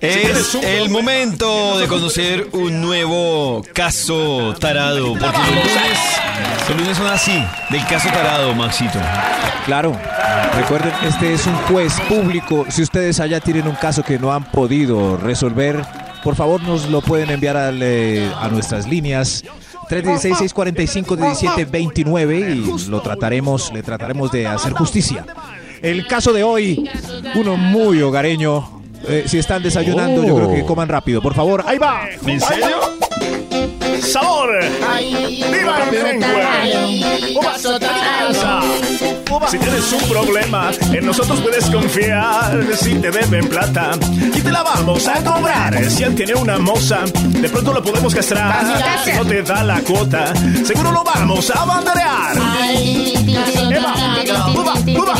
Es el momento de conocer un nuevo caso tarado. Porque los lunes, los lunes son así, del caso tarado, Maxito. Claro, recuerden, este es un juez público. Si ustedes allá tienen un caso que no han podido resolver, por favor nos lo pueden enviar al, eh, a nuestras líneas 316-645-1729 y lo trataremos, le trataremos de hacer justicia. El caso de hoy, uno muy hogareño. Eh, si están desayunando, yo creo que coman rápido, por favor. Ahí va. ¿En serio? ¡Sabor! ¡Viva el merengue! ¡Uvas tranza! Si tienes un problema, en nosotros puedes confiar. Si te deben plata, y te la vamos a cobrar. Si él tiene una moza, de pronto lo podemos castrar. Si no te da la cuota, seguro lo vamos a banderear. ¡Eva! ¡Uva! ¡Uva!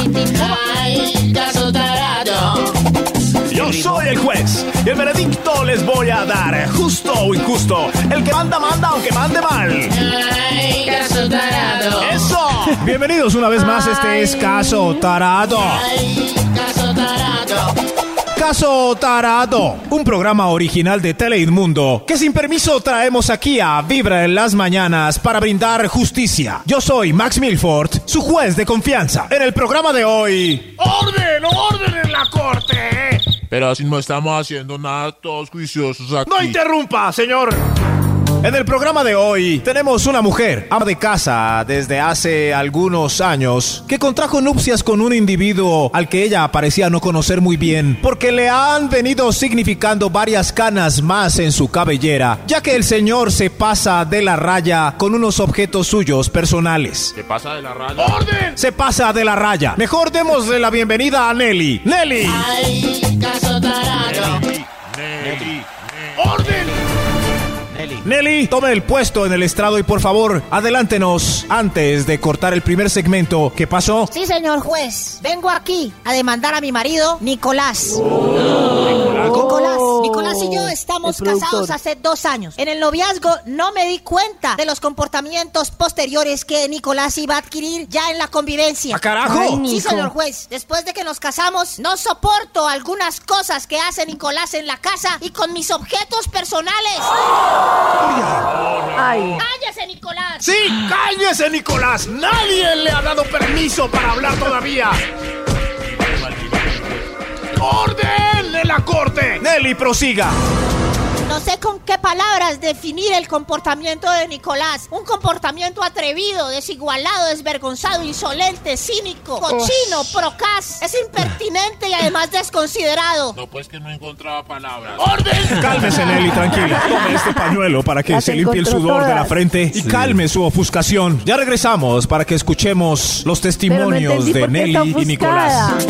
Yo soy el juez y el veredicto les voy a dar, justo o injusto. El que manda, manda, aunque mande mal. ¡Eso! Bienvenidos una vez más, este es Caso Tarado. Caso Tarado, un programa original de Teleinmundo que sin permiso traemos aquí a Vibra en las mañanas para brindar justicia. Yo soy Max Milford, su juez de confianza. En el programa de hoy, ¡Orden! ¡Orden en la corte! ¿eh? Pero así no estamos haciendo nada todos juiciosos aquí. ¡No interrumpa, señor! en el programa de hoy tenemos una mujer, ama de casa desde hace algunos años, que contrajo nupcias con un individuo al que ella parecía no conocer muy bien, porque le han venido significando varias canas más en su cabellera, ya que el señor se pasa de la raya con unos objetos suyos personales. ¿Qué pasa de la raya? ¡Orden! Se pasa de la raya. Mejor démosle la bienvenida a Nelly. Nelly. Nelly. ¡Orden! Nelly, tome el puesto en el estrado y por favor, adelántenos antes de cortar el primer segmento. ¿Qué pasó? Sí, señor juez. Vengo aquí a demandar a mi marido, Nicolás. Nicolás. Nicolás y yo estamos casados hace dos años. En el noviazgo no me di cuenta de los comportamientos posteriores que Nicolás iba a adquirir ya en la convivencia. ¡A carajo! Sí, señor juez. Después de que nos casamos, no soporto algunas cosas que hace Nicolás en la casa y con mis objetos personales. ¡Cállese, Nicolás! ¡Sí, cállese, Nicolás! ¡Nadie le ha dado permiso para hablar todavía! ¡Orden de la corte! Nelly, prosiga. No sé con qué palabras definir el comportamiento de Nicolás. Un comportamiento atrevido, desigualado, desvergonzado, insolente, cínico, cochino, procaz. Es impertinente y además desconsiderado. No, pues que no encontraba palabras. ¡Orden! Cálmese, Nelly, tranquila. Tome este pañuelo para que se limpie el sudor de la frente y calme su ofuscación. Ya regresamos para que escuchemos los testimonios de Nelly y Nicolás.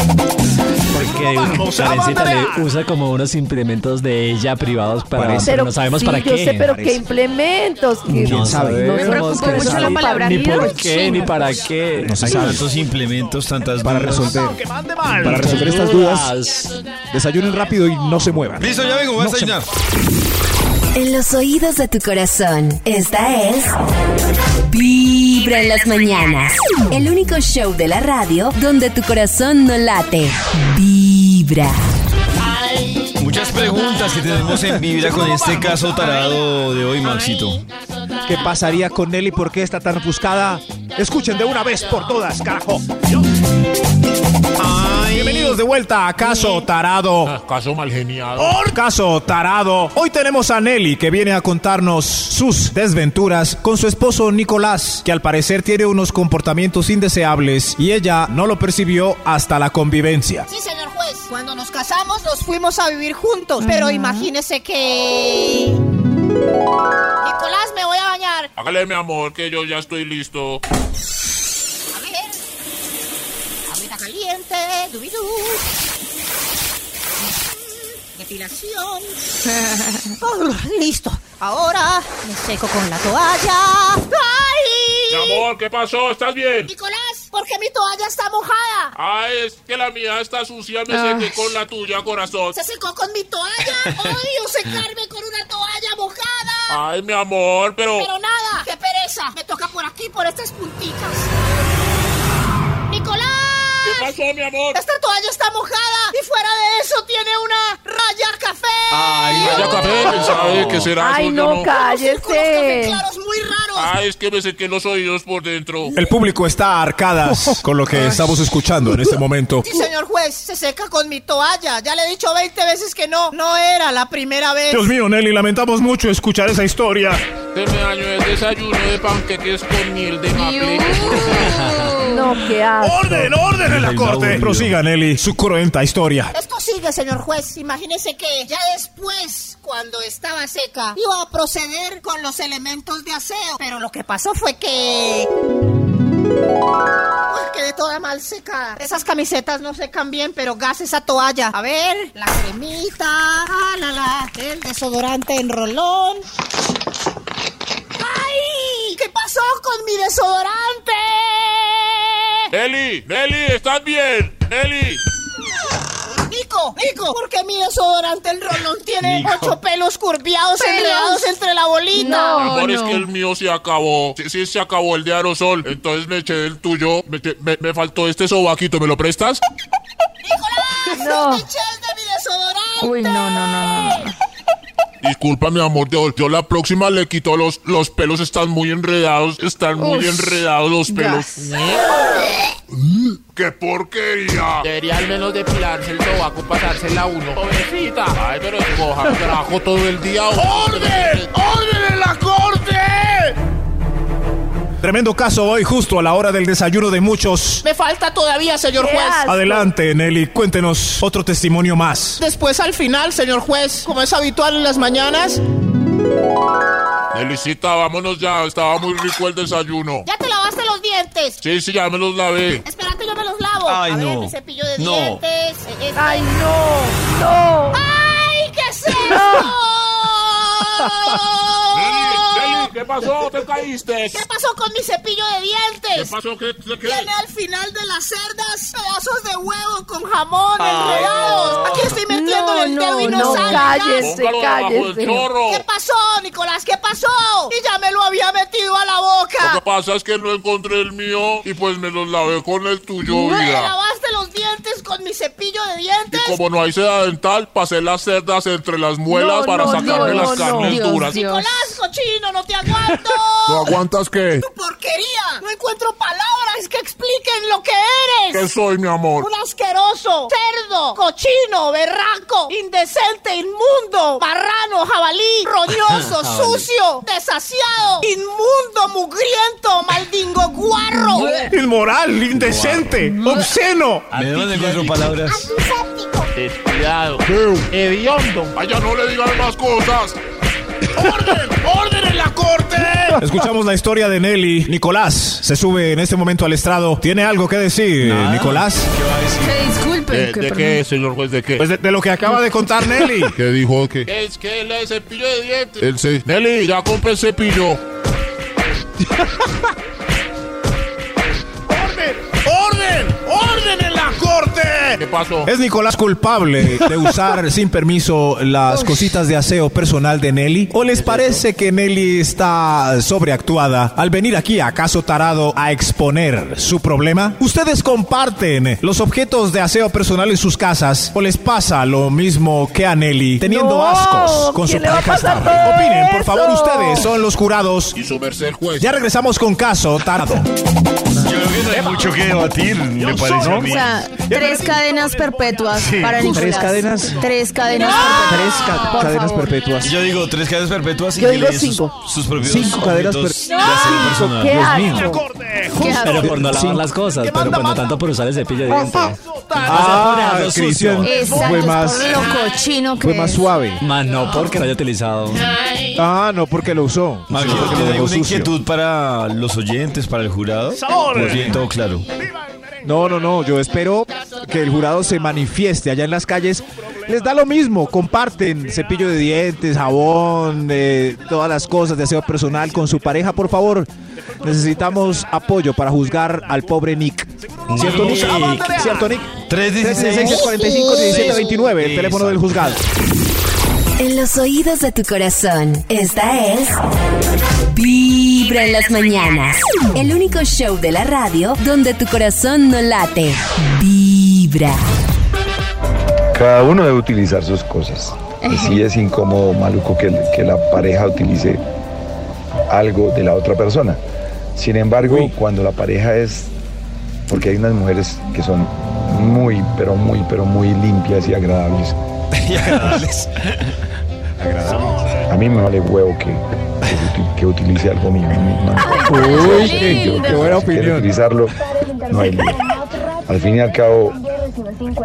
Porque Vamos a Karencita banderear. le usa como unos implementos de ella privados para Parece. pero no sabemos sí, para yo qué. sé, pero qué parece. implementos. que- ¿Quién sabe? No Me sabemos preocupa qué mucho la sabe, palabra ni por leadership. qué, ni para qué. No sé. Tantos implementos, tantas Para dudas. resolver. ¡Aunque mande mal! Para resolver estas dudas, desayunen rápido y no se muevan. Listo, ya vengo, voy a desayunar. En los oídos de tu corazón, esta es Vibra en las mañanas. El único show de la radio donde tu corazón no late. Vibra. Muchas preguntas que tenemos en Vibra con este caso tarado de hoy, Maxito. ¿Qué pasaría con Nelly? ¿Por qué está tan buscada? Escuchen de una vez por todas, carajo. Bienvenidos de vuelta a Caso Tarado. Ah, Caso mal geniado. Por Caso Tarado. Hoy tenemos a Nelly que viene a contarnos sus desventuras con su esposo Nicolás, que al parecer tiene unos comportamientos indeseables y ella no lo percibió hasta la convivencia. Sí, señor juez. Cuando nos casamos, nos fuimos a vivir juntos. Pero imagínese que. Nicolás, me voy a bañar. Hágale, mi amor, que yo ya estoy listo. A ver. Agüita caliente, dubidú. depilación. Oh, listo. Ahora me seco con la toalla. ¡Ay! Mi amor, ¿qué pasó? ¿Estás bien? Nicolás, porque mi toalla está mojada. Ay, es que la mía está sucia, me Ah. sequé con la tuya, corazón. Se secó con mi toalla. Odio secarme con una toalla mojada. Ay, mi amor, pero... Pero nada, qué pereza. Me toca por aquí, por estas puntitas. Nicolás. ¿Qué pasó, mi amor? Esta toalla está mojada y fuera de eso tiene una raya café. Ay, Ya acabé, pensaba que será Ay, eso, no, yo Círculos café cállese. claros muy raros. Ay, es que me sequé los oídos por dentro. El público está a arcadas con lo que estamos escuchando en este momento. Sí, señor juez, se seca con mi toalla. Ya le he dicho 20 veces que no. No era la primera vez. Dios mío, Nelly, lamentamos mucho escuchar esa historia. Se Este me dañó el desayuno de panqueques con miel de maple. No, qué asco. ¡Orden, orden en la corte! Prosiga, Nelly, su cruenta historia. Esto sigue, señor juez. Imagínese que ya después, cuando estaba seca, iba a proceder con los elementos de aseo. Pero lo que pasó fue que... Uy, Quedé toda mal secada. Esas camisetas no secan bien, pero gas esa toalla. A ver, la cremita, ah, la, la, el desodorante en rolón. ¡Ay! ¿Qué pasó con mi desodorante? Nelly, Nelly, ¿estás bien? Nelly. Nico, Nico, porque mi desodorante el rolón tiene ocho pelos curviados Pelos. enredados entre la bolita. No. Amor, es no. que el mío se acabó. Sí, sí, se acabó el de aerosol. Entonces me eché el tuyo. Me, eché- me- me faltó este sobaquito. ¿Me lo prestas? ¡Nicolás! No. ¡No te eches Este de mi desodorante! Uy, no, no, no, no, no. Disculpa, mi amor. Yo, yo la próxima le quito los, los pelos. Están muy enredados. Están muy Ush. enredados los pelos. Gas. ¡Qué porquería! Debería al menos depilarse el sobaco, pasársela a uno. Pobrecita. Ay, pero es coja. Trabajo todo el día. ¡Orden! ¡Orden en la corte! Tremendo caso hoy, justo a la hora del desayuno de muchos. Me falta todavía, señor Qué juez. asco. Adelante, Nelly, cuéntenos otro testimonio más. Después, al final, señor juez, como es habitual en las mañanas... Felicita, vámonos ya. Estaba muy rico el desayuno. ¡Ya te lavaste los dientes! Sí, sí, ya me los lavé. Espérate, yo me los lavo. Ay, A ver, no. mi cepillo de No. dientes. eh, este. Ay, no, no. ¡Ay, qué es esto! ¿qué pasó? ¿Te caíste? ¿Qué pasó con mi cepillo de dientes? ¿Qué pasó? ¿Qué? qué, qué? Tiene al final de las cerdas pedazos de huevo con jamón enredados. Aquí estoy metiéndole No, el dedo y no, no, sale. calles. Póngalo debajo del cállese. chorro. ¿Qué pasó, Nicolás? ¿Qué pasó? Y ya me lo había metido a la Lo que boca. pasa es que no encontré el mío y pues me los lavé con el tuyo, ¿Me vida. lavaste los dientes con mi cepillo de Y dientes? como no hay seda dental, pasé las cerdas entre las muelas No, para no, no, sacarme las no, carnes no. duras. Dios, Nicolás, cochino, no te aguanto. ¿No aguantas qué? ¡Tu porquería! No encuentro palabras que expliquen lo que eres. ¿Qué soy, mi amor? Un asqueroso, cerdo, cochino, berraco, indecente, inmundo, marrano, jabalí, roñoso, sucio, desasiado, inmundo, mugriento, maldingo, guarro, Inmoral, indecente, obsceno. Me no encuentro palabras. antiséptico. Descuidado. Hediondo. Ay, ya no le digas más cosas. ¡Orden! ¡Orden en la corte! Escuchamos la historia de Nelly. Nicolás se sube en este momento al estrado. ¿Tiene algo que decir, Nicolás? Se disculpen. ¿De, que de perdón. qué, señor juez? ¿De qué? Pues de, de lo que acaba de contar Nelly. ¿Qué dijo? que Es que el cepillo de dientes. Nelly, ya compré el cepillo. ¡Orden! ¡Orden! ¡Orden en la corte! ¿Qué pasó? Eh. ¿Es Nicolás culpable de usar sin permiso las cositas de aseo personal de Nelly? ¿O les parece que Nelly está sobreactuada al venir aquí a Caso Tarado a exponer su problema? ¿Ustedes comparten los objetos de aseo personal en sus casas o les pasa lo mismo que a Nelly teniendo No, ascos con su ¿quién le va a pareja pasar estable? todo Opinen, por favor, eso? ustedes son los jurados. Y su merced, el juez. Ya regresamos con Caso Tarado. Yo creo que no hay mucho que debatir, me parece a O mí. sea, tres cadenas perpetuas para Tres Nicolás. cadenas. Tres cadenas Tres perpetuas. ca- Por cadenas favor. perpetuas. Yo digo tres cadenas perpetuas y Yo que digo le den sus- cinco. Sus, propios Cinco cadenas objetos per- de aseo No. personal. Qué Dios asco. mío. ¡Corte! Qué asco. Pero por no lavar Sí. las cosas, pero por no tanto por usar el cepillo de dientes. Ah, Cristian. Exacto, Fue es más- por lo cochino que Fue más es. suave. Más no porque lo haya utilizado. Ah, no, porque lo usó. Maxi, ¿tiene alguna inquietud para los oyentes, para el jurado? Sabor. Por bien, todo claro. No, no, no, yo espero que el jurado se manifieste allá en las calles les da lo mismo. Comparten cepillo de dientes, jabón, eh, todas las cosas de aseo personal con su pareja, por favor. Necesitamos apoyo para juzgar al pobre Nick. ¿Cierto, Nick? Ah, ¿Cierto, Nick? 316. 316-45, 17, 29, el teléfono del juzgado. En los oídos de tu corazón, esta es Vibra en las mañanas. El único show de la radio donde tu corazón no late. Vibra. Cada uno debe utilizar sus cosas. Y sí es incómodo, maluco, que, que la pareja utilice algo de la otra persona. Sin embargo, cuando la pareja es, porque hay unas mujeres que son muy, pero muy, pero muy limpias y agradables. Y agradables. A mí me vale huevo que, que uti- que utilice algo mío. No, Uy, qué- qué, buena si quiere opinión. utilizarlo, no hay lío. Al fin y al cabo,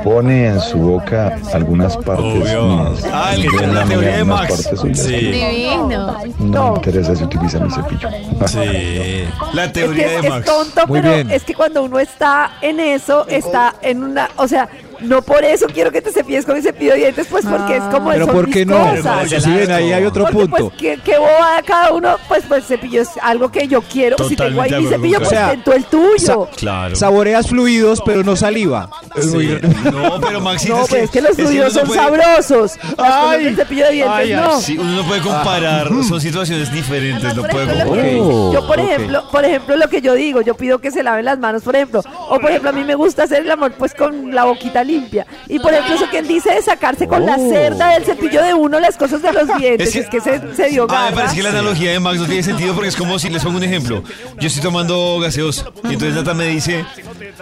pone en su boca algunas partes mías. Ah, el Yo que en tiene la mía teoría de algunas Max. partes suyas. Sí. Divino. No me interesa si utiliza mi cepillo. Sí. La Es que teoría es, de es Max. tonto, Muy pero bien. es que cuando uno está en eso, está en una, o sea, no por eso quiero que te cepilles con el cepillo de dientes, pues porque es como Pero son ¿por mis qué no? cosas. Si ven, ahí hay otro Porque, punto. Pues, qué, qué bobada cada uno, pues, pues el cepillo es algo que yo quiero. si tengo Totalmente ahí mi de cepillo, acuerdo con pues Karen. tento el tuyo. Claro. Saboreas fluidos, pero no saliva. Sí. No, pero Maxito No, es, pues es que los es que tuyos uno son no puede- sabrosos. Las cosas Ay, del cepillo de dientes ay, ay, no. Sí, uno no puede comparar, son situaciones diferentes, no Por puede ejemplo, lo comparar. que- Ok. Yo, por Ok. ejemplo, por ejemplo, lo que yo digo, yo pido que se laven las manos, por ejemplo. O, por ejemplo, a mí me gusta hacer el amor, pues, con la boquita limpia. Y, por ejemplo, eso que él dice de sacarse con la cerda del cepillo de uno las cosas de los dientes. Es Es que- que, se, se dio Ah, garra. me parece que la analogía de Max no tiene sentido porque es como si les pongo un ejemplo. Yo estoy tomando gaseosa y entonces Nata me dice,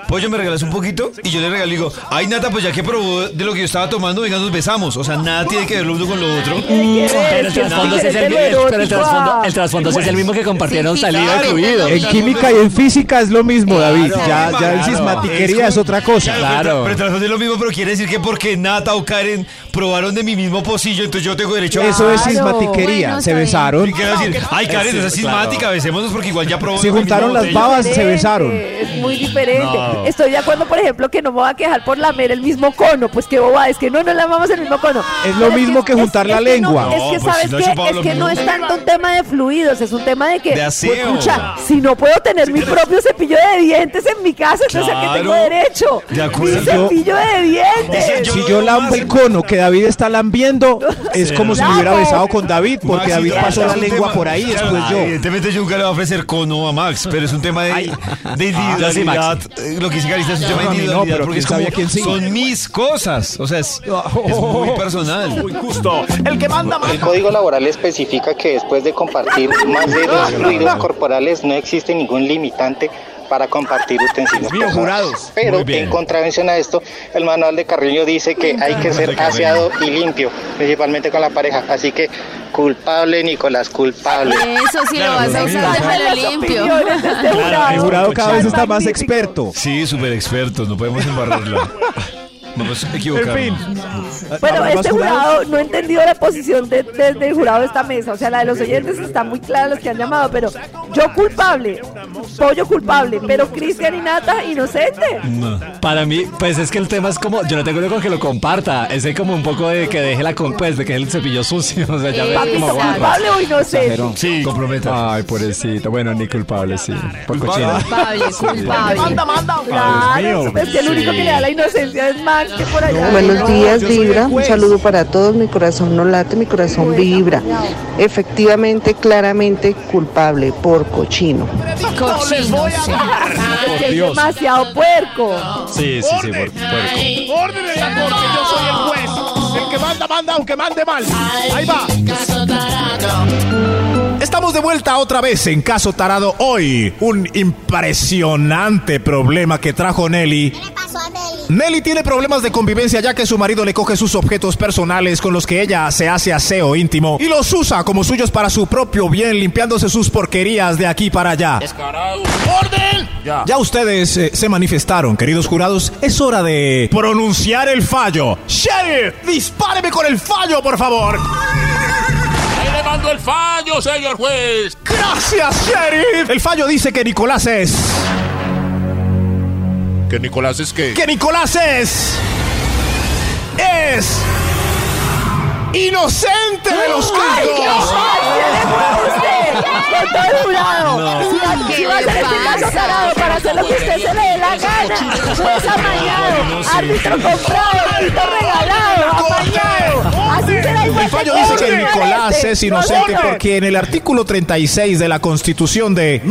Pollo, ¿me regalas un poquito? Y yo le regalo y digo, ay Nata, pues ya que probó de lo que yo estaba tomando, venga, nos besamos. O sea, nada tiene que ver lo uno con lo otro. Pero el trasfondo sí es el, el- pero el trasfondo, el trasfondo sí es el mismo que compartieron Sí, salida claro. incluido. En química y en física es lo mismo, David. Ya, ya el claro. cismatiquería es otra cosa. Claro. Pero trasfondo es lo mismo, pero quiere decir que porque Nata o Karen probaron de mi mismo pocillo, entonces yo tengo derecho a Eso es Claro. cismatiquería. Bueno, Se está bien. besaron. Y quiero decir, ay Karen, Es esa es cierto, claro. sismática, besémonos porque igual ya probó. Se de mi juntaron misma las botella". babas. se besaron. Es muy diferente. Estoy de acuerdo, por ejemplo, que no me voy a quejar por lamer el mismo cono. Pues qué boba, es que no, no lamamos el mismo cono. Es lo Pero mismo que juntar la no, lengua. es que No, pues, sabes si no que chupaba lo es que no mismo. es tanto un tema de fluidos, es un tema de que, De aseo. pues, pucha, si no puedo tener mi propio cepillo de dientes en mi casa, entonces a qué tengo Claro. derecho. De acuerdo. Mi cepillo de Dice, dientes. yo Si lo yo veo más- lambo el cono que David está lambiendo, es como si me hubiera Claro. besado con David, porque Max, David claro, pasó es la un lengua tema- por ahí, claro, después yo. Evidentemente yo nunca le voy a ofrecer cono a Max, pero es un tema de, de yo sí, individualidad. Max. Eh, Lo que dice Carita es un tema de Ah, no, a mí no, individualidad, pero porque es quién como, sabía quién sí. son mis cosas. O sea, es, es muy personal. Muy justo. El que manda más. El código laboral especifica que después de compartir más de dos fluidos corporales no existe ningún limitante para compartir utensilios mío, personales. jurados. Pero Muy bien. en contravención a esto, el manual de Carrillo dice que hay que ser aseado y limpio, principalmente con la pareja. Así que culpable, Nicolás, culpable. Eso sí lo vas a usar, déjalo limpio. Opiniones de este El jurado. jurado cada vez está más Magnífico. experto. Sí, súper expertos, no podemos embarrarla. pues, Vamos a equivocarnos. En Bueno, ¿Habrá más este jurados? jurado no entendió la posición de- de- del jurado de esta mesa. O sea, la de los oyentes está muy clara, los que han llamado. Pero yo culpable, pollo culpable, pero Cristian y Nata inocente. Para mí, pues es que el tema es como, yo no tengo nada con que lo comparta, es como un poco de que deje la, con- pues de que deje el cepillo sucio, o sea, ya me da como Papito, Exacto. guarra. culpable o oh, inocente. Sí, comprometa. Ay, pobrecito, bueno, ni culpable, sí, por cochino. Culpable, culpable. Manda, manda. Claro, es que el único que le da la inocencia es Max, que por allá. Buenos días, Vibra. Un saludo para les voy a Ay, dar. Ah, que es demasiado puerco. Sí, sí, sí, por, puerco. Orden en la corte, yo soy el juez. El que manda, manda, aunque mande mal. Ahí va. Estamos de vuelta otra vez en Caso Tarado hoy. Un impresionante problema que trajo Nelly. ¿Qué le pasó a Nelly? Nelly tiene problemas de convivencia ya que su marido le coge sus objetos personales con los que ella se hace aseo íntimo y los usa como suyos para su propio bien, limpiándose sus porquerías de aquí para allá. Descarado. Ya ustedes eh, se manifestaron, queridos jurados. Es hora de pronunciar el fallo. Sheriff, dispáreme con el fallo, por favor. Ahí le mando el fallo, señor juez. Gracias, Sheriff. El fallo dice que Nicolás es... Que Nicolás es que. que Nicolás es. Es. inocente de los ¡Ay, qué cargos. ¡Con todo el jurado! Si va- Si va a ser este caso tarado para hacer lo que usted se le dé la gana, juez amañado, árbitro comprado, árbitro regalado, amañado, así será igual El fallo dice que Nicolás es Este, inocente porque porque en el artículo 36 de la Constitución de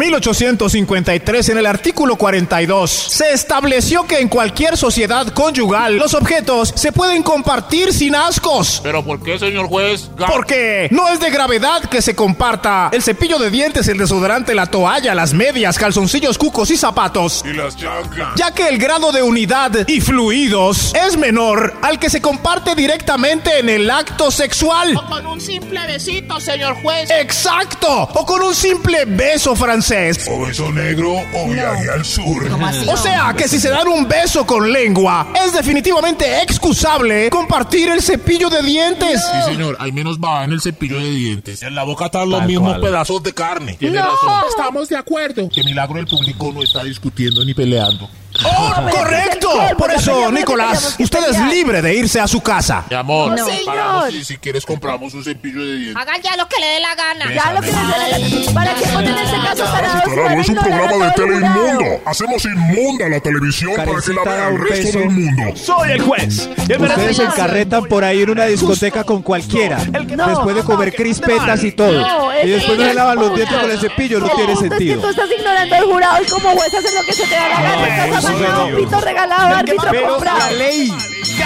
1853, en el artículo 42, se estableció que en cualquier sociedad conyugal los objetos se pueden compartir sin ascos. Pero ¿por qué, señor juez? Ga- Porque no es de gravedad que se comparta el cepillo de dientes, el desodorante, la toalla, las medias, calzoncillos, cucos y zapatos. Y las chancas. Ya que el grado de unidad y fluidos es menor al que se comparte directamente en el acto sexual. O con un simple besito, señor juez. ¡Exacto! O con un simple beso francés. O beso negro o viaje al sur. O sea, que si se dan un beso con lengua, es definitivamente excusable compartir el cepillo de dientes. Sí, señor, al menos va en el cepillo de dientes. En la boca están los Tal mismos cual. pedazos de carne. Tiene No. razón. Estamos de acuerdo. Que milagro el público no está discutiendo ni peleando. ¡Oh, correcto! Por eso, Nicolás, usted es libre de irse a su casa. Mi amor, No, pagamos señor. y si quieres compramos un cepillo de dientes. Hagan ya lo que le dé la gana. Ya lo que les dé la gana. ¿Para qué ponen ese caso tarado? si van a Tarado, es un ignorar a programa de todo el tele jurado? inmundo. Hacemos inmunda la televisión para que la Karencita vea el da un resto peso. del mundo. Soy el juez. Y el verano Ustedes se ya- encarretan por ahí en una discoteca con cualquiera. No. Después de comer crispetas y No, todo. es Y después no que- se lavan los dientes con el cepillo, no punto tiene Es que tú sentido. estás ignorando al jurado y como juez haces lo que se te da la gana. Estás amañado, árbitro regalado, árbitro Pero la comprado. ley.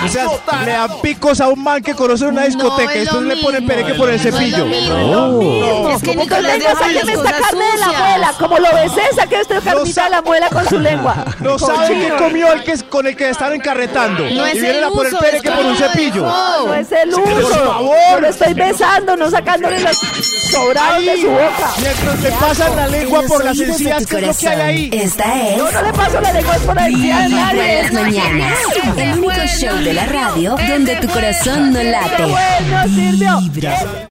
O sea, le dan picos a un man que conoce una discoteca y es lo entonces le ponen mismo. pereque por el No es lo cepillo. mismo, No. Es que Como Nicolás venga, deja las sáqueme esta cosas carne de la sucias. abuela. Como lo besé, saqué esta carnita de la abuela con su lengua. No sabe qué Cochino. comió el que es con el que están encarretando. No es y vienen el a por el uso, pere es que por un como lo cepillo. dejó. No es el uso. Por favor. Yo lo estoy besando, no sacándole los sobrados de su boca. Mientras te pasan la lengua por las oídos de encías, tu ¿qué es lo que hay corazón. ahí? Esta es Yo no le paso la lengua por Vibra encima a en nadie. las mañanas. El único show de la radio donde tu corazón no Este late. güey no sirvió. Vibra.